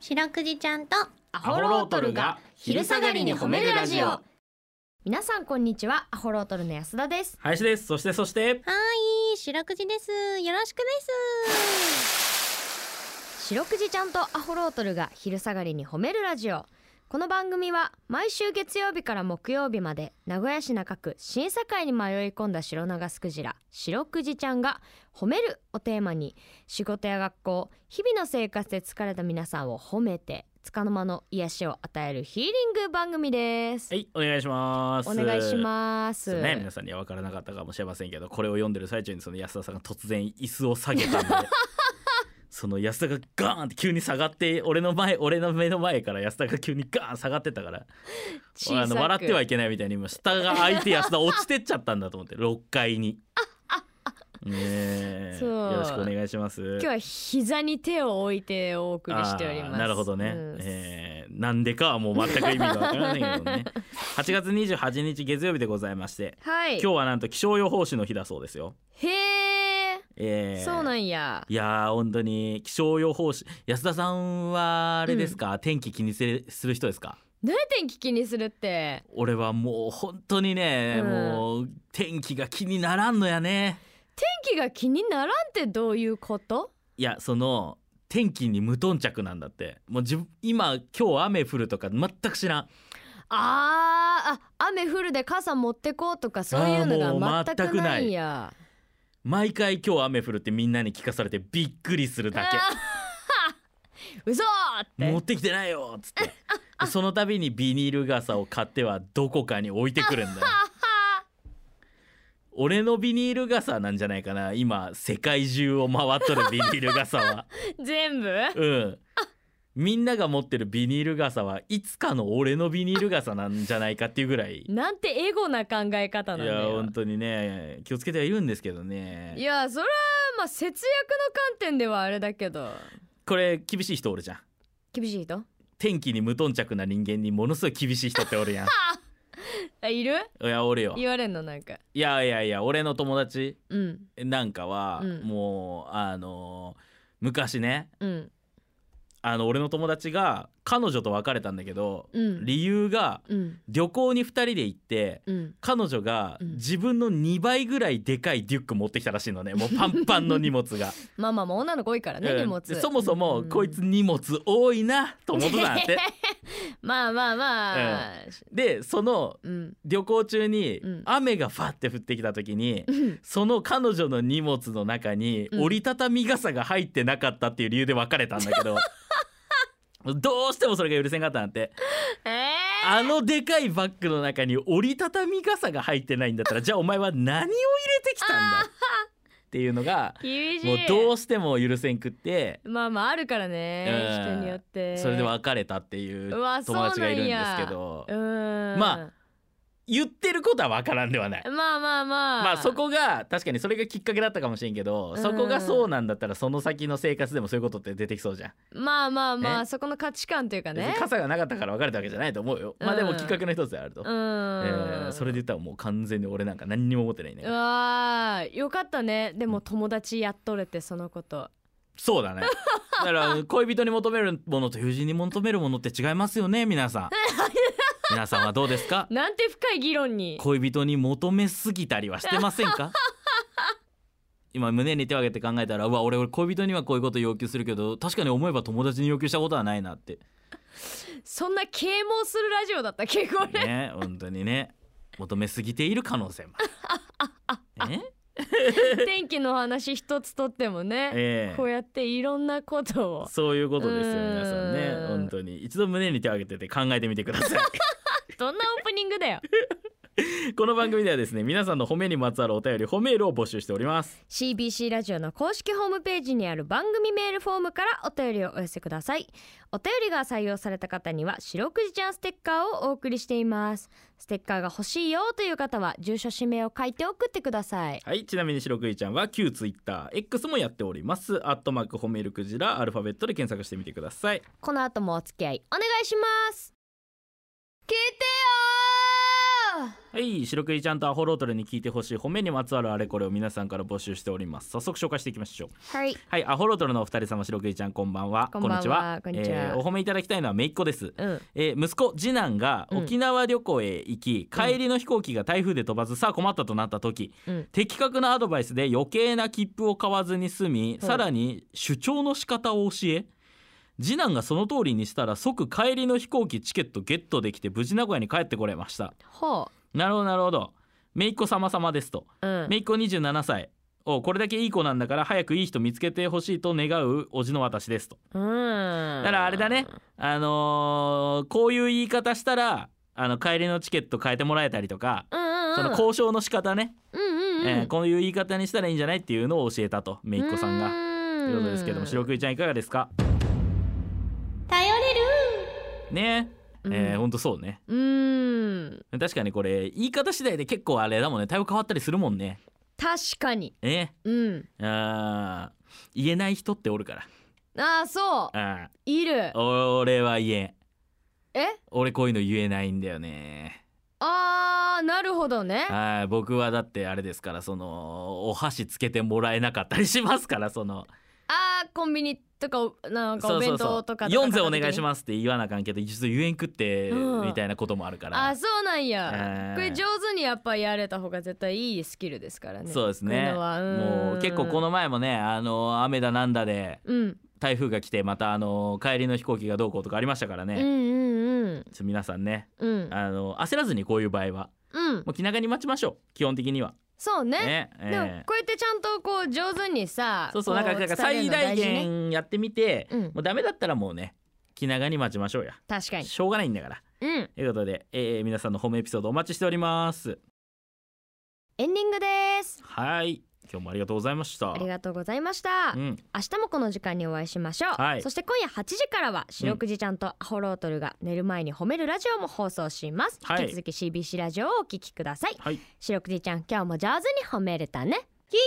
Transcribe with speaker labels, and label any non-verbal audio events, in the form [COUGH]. Speaker 1: 白くじちゃんと
Speaker 2: ア
Speaker 3: ホロートルが昼下がりに褒めるラジオ
Speaker 2: 皆さんこんにちはアホロートルの安田です
Speaker 3: 林ですそしてそして
Speaker 1: はい白くじですよろしくです
Speaker 2: 白くじちゃんとアホロートルが昼下がりに褒めるラジオこの番組は毎週月曜日から木曜日まで名古屋市中区審査会に迷い込んだ白長スクジラ白くじちゃんが褒めるをテーマに仕事や学校日々の生活で疲れた皆さんを褒めて束の間の癒しを与えるヒーリング番組です
Speaker 3: はいお願いします
Speaker 2: お願いします
Speaker 3: ね皆さんには分からなかったかもしれませんけどこれを読んでる最中にその安田さんが突然椅子を下げたんで
Speaker 2: [LAUGHS]
Speaker 3: その安田がガーンって急に下がって俺の前俺の目の前から安田が急にガーン下がってたから
Speaker 2: 小さ
Speaker 3: あ
Speaker 2: く
Speaker 3: の笑ってはいけないみたいに今下が開いて安田落ちてっちゃったんだと思って6階にねえ
Speaker 2: そう
Speaker 3: よろしくお願いします
Speaker 2: 今日は膝に手を置いてお送りしておりま
Speaker 3: あー
Speaker 2: す。
Speaker 3: なるほどね、
Speaker 2: うん
Speaker 3: えーなんでかはもう全く意味がわからないけど
Speaker 2: [LAUGHS]
Speaker 3: ね [LAUGHS] 8月28日月曜日でございまして
Speaker 2: はい。
Speaker 3: 今日はなんと気象予報士の日だそうですよ、
Speaker 2: へえ、
Speaker 3: えー
Speaker 2: そうなんや。
Speaker 3: いやー本当に気象予報士安田さんはあれですか、天気気にするする人ですか
Speaker 2: 何点聞きにするって。
Speaker 3: 俺はもう本当にね、
Speaker 2: うん
Speaker 3: もう天気が気にならんのやね
Speaker 2: 天気が気にならんってどういうこと？
Speaker 3: いやその天気に無頓着なんだってもう自分今今日雨降るとか全く知らん
Speaker 2: あーあ、雨降るで傘持ってこうとかそういう
Speaker 3: あー
Speaker 2: の
Speaker 3: も
Speaker 2: が
Speaker 3: う
Speaker 2: 全くないんや。
Speaker 3: 毎回今日雨降るってみんなに聞かされてびっくりするだ
Speaker 2: あ
Speaker 3: [LAUGHS]
Speaker 2: ー嘘ーっ
Speaker 3: け
Speaker 2: て
Speaker 3: 持ってきてないよっつ
Speaker 2: [LAUGHS]
Speaker 3: ってその度にビニール傘を買ってはどこかに置いてくるん
Speaker 2: [LAUGHS]
Speaker 3: だよ俺のビニール傘なんじゃないかな今世界中を回っとるビニール傘
Speaker 2: [LAUGHS]
Speaker 3: は
Speaker 2: 全部？
Speaker 3: うんみんなが持ってるビニール傘はいつかの俺のビニール傘なんじゃないかっていうぐらいい
Speaker 2: なんてエゴな考え方なんだ
Speaker 3: や
Speaker 2: よ
Speaker 3: 本。当にね気をつけてはいるんですけど
Speaker 2: い
Speaker 3: ね
Speaker 2: やそれはまあ節約の観点ではあれだけど
Speaker 3: これ厳しい人おるじゃん
Speaker 2: 厳しい人
Speaker 3: 天気に無頓着な人間にものすごい厳しい人っておるやん
Speaker 2: [LAUGHS] あいる
Speaker 3: いやおるよ
Speaker 2: 言われんのなんか
Speaker 3: いやいやいや俺の友達
Speaker 2: うん
Speaker 3: なんかは、
Speaker 2: うん
Speaker 3: もうあのー昔ね
Speaker 2: うん
Speaker 3: あの俺の友達が彼女と別れたんだけど、
Speaker 2: うん
Speaker 3: 理由が
Speaker 2: うん
Speaker 3: 旅行に2人で行って
Speaker 2: うん
Speaker 3: 彼女が
Speaker 2: うん
Speaker 3: 自分の2倍ぐらいでかいデュック持ってきたらしいのねもうパンパンの荷物
Speaker 2: [LAUGHS]
Speaker 3: が、
Speaker 2: まあまあまあ女の子多いからね、
Speaker 3: うん
Speaker 2: 荷物
Speaker 3: でそもそも
Speaker 2: うん
Speaker 3: こいつ荷物多いなと思ってたんだって
Speaker 2: まあまあまあ
Speaker 3: でその
Speaker 2: うん [LAUGHS]
Speaker 3: 旅行中に
Speaker 2: うん
Speaker 3: 雨がファって降ってきた時に、
Speaker 2: うん
Speaker 3: その彼女の荷物の中に
Speaker 2: うん
Speaker 3: 折りたたみ傘が入ってなかったっていう理由で別れたんだけど [LAUGHS] どうしてもそれが許せんかったなんて
Speaker 2: ええ
Speaker 3: あのでかいバッグの中に折りたたみ傘が入ってないんだったらじゃあお前は何を入れてきたんだっていうのが
Speaker 2: 厳しい
Speaker 3: もうどうしても許せんくって
Speaker 2: まあまああるから
Speaker 3: う
Speaker 2: ね、
Speaker 3: ん
Speaker 2: 人によって
Speaker 3: それで別れたっていう
Speaker 2: うわ
Speaker 3: 友達がいるん
Speaker 2: そう
Speaker 3: で
Speaker 2: なん
Speaker 3: す
Speaker 2: や
Speaker 3: けど
Speaker 2: うんま
Speaker 3: ま言ってることは分からんではない
Speaker 2: あ。まあまあまあ
Speaker 3: まあそこが確かにそれがきっかけだったかもしれんけどそこがそうなんだったらその先の生活でもそういうことって出てきそうじゃん。
Speaker 2: まあまあまあ
Speaker 3: ね
Speaker 2: そこの価値観というか
Speaker 3: 別
Speaker 2: ね
Speaker 3: に傘がなかったから別れたわけじゃないと思うよ。まあでもきっかけの一つであると。
Speaker 2: う
Speaker 3: え
Speaker 2: ん、
Speaker 3: ーそれで言ったらもう完全に俺なんか何にも思ってないね
Speaker 2: う。わーよかったねでも友達やっとれてそのこと
Speaker 3: そうだね。だから恋人に求めるものと友人に求めるものって違いますよね皆さん。皆さんはどうですか
Speaker 2: なんて深い議論に
Speaker 3: 恋人に求めすぎたりはしてません
Speaker 2: [LAUGHS]
Speaker 3: か今胸に手を挙げて考えたらうわ俺俺恋人にはこういうこと要求するけど確かに思えば友達に要求したことはないな
Speaker 2: [LAUGHS]
Speaker 3: って
Speaker 2: そんな啓蒙するラジオだったっけこれ
Speaker 3: ね本当にね求めすぎている可能
Speaker 2: [LAUGHS]
Speaker 3: 性もあるね
Speaker 2: 天気の話一つとってもね、
Speaker 3: え
Speaker 2: こう
Speaker 3: え
Speaker 2: やっていろんなことを
Speaker 3: そういうことですよ皆さんね
Speaker 2: うん
Speaker 3: 本当に一度胸に手を挙げてて考えてみてください [LAUGHS]
Speaker 2: どんなオープニングだ [LAUGHS] よ
Speaker 3: この番組ではですね皆さんの褒めにまつわるお便り褒めールを募集しております
Speaker 2: CBC ラジオの公式ホームページにある番組メールフォームからお便りをお寄せくださいお便りが採用された方には白くじちゃんステッカーをお送りしていますステッカーが欲しいよという方は住所氏名を書いて送ってください
Speaker 3: はいちなみに白くじちゃんは旧 TwitterX もやっておりますアットマーク褒めるクジラアルファベットで検索してみてください
Speaker 2: この後もお付き合いお願いします聞いてよー
Speaker 3: はい白クイちゃんとアホロートルに聞いてほしい褒めにまつわるあれこれを皆さんから募集しております早速紹介していきましょう
Speaker 2: はい
Speaker 3: はいアホロートルのお二人様白クイちゃんこんばんは
Speaker 2: こんばんは
Speaker 3: こんに
Speaker 2: こんに
Speaker 3: ち
Speaker 2: ちは
Speaker 3: えーお褒めいただきたいのはめいっ子です
Speaker 2: うん
Speaker 3: えー息子次男が
Speaker 2: うん
Speaker 3: 沖縄旅行へ行き、
Speaker 2: うん
Speaker 3: 帰りの飛行機が台風で飛ばずさあ困ったとなった時
Speaker 2: うん
Speaker 3: 的確なアドバイスで余計な切符を買わずに済み、
Speaker 2: はい
Speaker 3: さらに主張の仕方を教え次男がその通りにしたら即帰りの飛行機チケットゲットできて無事名古屋に帰ってこれました
Speaker 2: ほ
Speaker 3: なるほどなるほどめいっ子様様ですと、
Speaker 2: ううん
Speaker 3: めいっ子27歳おこれだけいい子なんだから早くいい人見つけてほしいと願うおじの私ですと
Speaker 2: うん
Speaker 3: だからあれだねあのーこういう言い方したらあの帰りのチケット変えてもらえたりとか、
Speaker 2: うんうんうん
Speaker 3: その交渉の仕方ね、
Speaker 2: うんうんうん
Speaker 3: えーこういう言い方にしたらいいんじゃないっていうのを教えたとめいっ子さんが。ということですけども白くいちゃんいかがですか
Speaker 1: 頼れる
Speaker 3: ねええー
Speaker 2: うん
Speaker 3: ほんとそうね
Speaker 2: うーん
Speaker 3: 確かにこれ言い方次第で結構あれだもんね対応変わったりするもんね
Speaker 2: 確かに
Speaker 3: え
Speaker 2: うん
Speaker 3: あー言えない人っておるから
Speaker 2: ああそう
Speaker 3: あ
Speaker 2: いる
Speaker 3: ー俺は言えん
Speaker 2: え
Speaker 3: 俺こういうの言えないんだよね
Speaker 2: あーなるほどね
Speaker 3: はい僕はだってあれですからそのお箸つけてもらえなかったりしますからその
Speaker 2: あーコンビニとかおなんかお弁当とかとか
Speaker 3: 4膳お願いし
Speaker 2: す
Speaker 3: ますって言わなあかんけどちょっと言えんくって
Speaker 2: うん
Speaker 3: みたいなこともあるから
Speaker 2: あーそうなん
Speaker 3: えー
Speaker 2: やこれ上手にやっぱやれた方が絶対いいスキルですからね
Speaker 3: そうです
Speaker 2: こうい
Speaker 3: ね
Speaker 2: のはん
Speaker 3: もう結構この前もねあの雨だなんだで
Speaker 2: うん
Speaker 3: 台風が来てまたあの帰りの飛行機がどうこうとかありましたからね、
Speaker 2: うんうん
Speaker 3: ちょっと皆さんね
Speaker 2: うんうん
Speaker 3: あの焦らずにこういう場合は
Speaker 2: うん
Speaker 3: もう気長に待ちましょう基本的には
Speaker 2: そうね
Speaker 3: ねえ
Speaker 2: でも
Speaker 3: え
Speaker 2: こうやってちゃんとこう上手にさ
Speaker 3: そうそうなんか
Speaker 2: こ
Speaker 3: なんか
Speaker 2: 伝える
Speaker 3: 最
Speaker 2: の大
Speaker 3: 大
Speaker 2: 事ね
Speaker 3: 限やってみて、
Speaker 2: うん
Speaker 3: もうダメだったらもうね気長に待ちましょうや
Speaker 2: 確かに
Speaker 3: しょうがないんだから
Speaker 2: うん
Speaker 3: ということで、えー皆さんのホームエピソードお待ちしております
Speaker 2: エンディングです
Speaker 3: はい今日もありがとうございました
Speaker 2: ありがとうございました
Speaker 3: うん、
Speaker 2: 明日もこの時間にお会いしましょう、
Speaker 3: はい
Speaker 2: そして今夜8時からは白くじちゃんとアホロートルが寝る前に褒めるラジオも放送します、
Speaker 3: はい
Speaker 2: 引き続き CBC ラジオをお聞きください
Speaker 3: はい
Speaker 2: 白くじちゃん今日も上手に褒めれたね
Speaker 1: キキ